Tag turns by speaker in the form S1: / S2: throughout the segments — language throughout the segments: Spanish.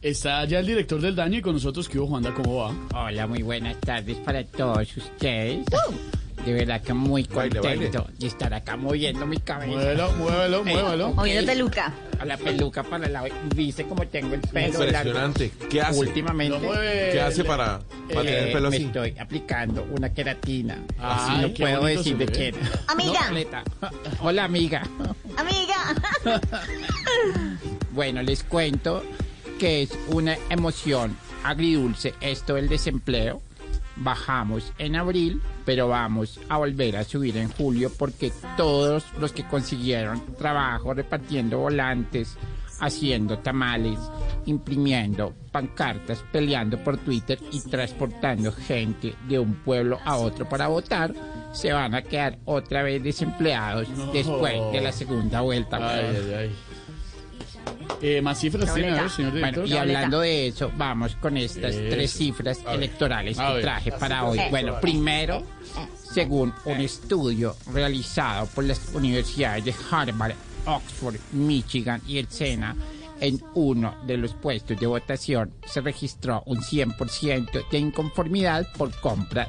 S1: Está ya el director del daño y con nosotros, ¿qué hubo, Juanda? ¿Cómo va?
S2: Hola, muy buenas tardes para todos ustedes. De verdad que muy
S3: Baile,
S2: contento
S3: baile.
S2: de estar acá moviendo mi cabeza.
S1: Muévelo, muévelo, muévelo.
S4: Oye, peluca.
S2: A la peluca para el lado. Dice cómo tengo el pelo.
S3: Impresionante. ¿Qué
S2: largo.
S3: hace?
S1: Lo
S2: Últimamente
S1: mueve.
S3: ¿Qué hace para, para tener
S2: eh,
S3: el pelo
S2: me
S3: así?
S2: estoy aplicando una queratina.
S1: Ay,
S2: así no
S1: qué
S2: puedo
S1: bonito
S2: decir
S1: se
S2: de
S1: ve.
S2: quién.
S4: Amiga.
S2: No, neta. Hola, amiga.
S4: Amiga.
S2: Bueno, les cuento que es una emoción agridulce esto del desempleo. Bajamos en abril, pero vamos a volver a subir en julio porque todos los que consiguieron trabajo repartiendo volantes, haciendo tamales, imprimiendo pancartas, peleando por Twitter y transportando gente de un pueblo a otro para votar, se van a quedar otra vez desempleados después de la segunda vuelta.
S1: Ay, ay, ay. Eh, más cifras tiene, a ver, señor
S2: Bueno,
S1: director.
S2: y hablando de eso, vamos con estas tres cifras electorales
S1: A
S2: que
S1: ver. Eh.
S2: traje para hoy. Bueno, primero, según un estudio realizado por las universidades de Harvard, Oxford, Michigan y el SENA, en uno de los puestos de votación se registró un 100% de inconformidad por compra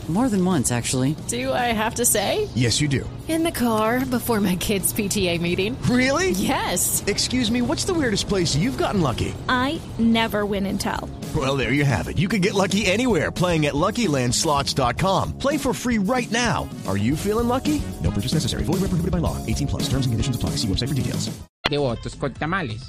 S5: More than once, actually.
S6: Do I have to say?
S7: Yes, you do.
S6: In the car before my kids' PTA meeting.
S7: Really?
S6: Yes.
S7: Excuse me, what's the weirdest place you've gotten lucky?
S8: I never win and tell.
S7: Well, there you have it. You can get lucky anywhere playing at LuckyLandSlots.com. Play for free right now. Are you feeling lucky? No purchase necessary. Void where prohibited by law. 18 plus. Terms and conditions apply. See website for details.
S2: de votos con tamales.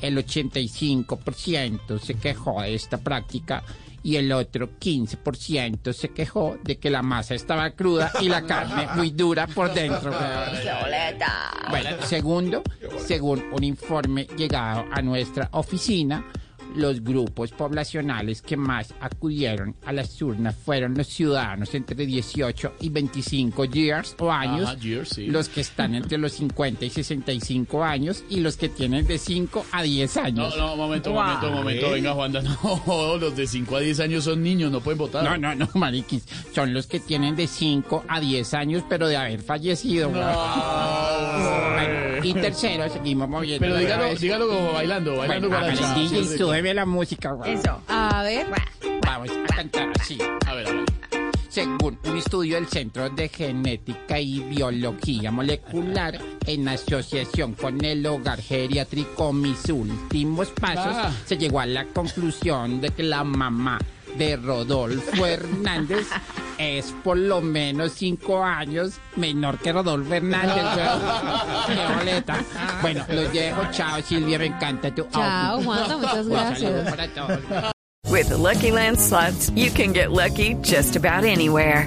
S2: El 85% se quejó de esta práctica y el otro 15% se quejó de que la masa estaba cruda y la carne muy dura por dentro.
S4: Violeta.
S2: Bueno, segundo, según un informe llegado a nuestra oficina, los grupos poblacionales que más acudieron a las urnas fueron los ciudadanos entre 18 y 25 years o años,
S1: Ajá, years, sí.
S2: los que están entre los 50 y 65 años y los que tienen de 5 a 10 años.
S1: No, no, momento, momento, momento. Venga, Juanda, no. Los de 5 a 10 años son niños, no pueden votar.
S2: No, no, no, mariquis. Son los que tienen de 5 a 10 años, pero de haber fallecido. Bueno, y tercero, seguimos moviendo.
S1: Pero
S2: la
S1: dígalo,
S2: cabeza.
S1: dígalo como bailando, bailando
S2: Bueno, a ver,
S1: guaracha.
S2: DJ,
S1: Sí, sí.
S2: súbeme la música. güey.
S4: Eso.
S6: A ver.
S2: Vamos a cantar así.
S1: A ver, a ver.
S2: Según un estudio del Centro de Genética y Biología Molecular, en asociación con el hogar geriátrico Mis Últimos Pasos,
S1: Ah.
S2: se llegó a la conclusión de que la mamá de Rodolfo Hernández es por lo menos cinco años menor que Rodolfo Hernández. ¡Qué boleta! Bueno, los dejo. Chao, Silvia, me encanta tu
S6: Chao,
S2: outfit.
S6: Juanda, muchas
S2: Un saludo
S6: gracias.
S2: para todos.
S9: With the Lucky Land slots, you can get lucky just about anywhere.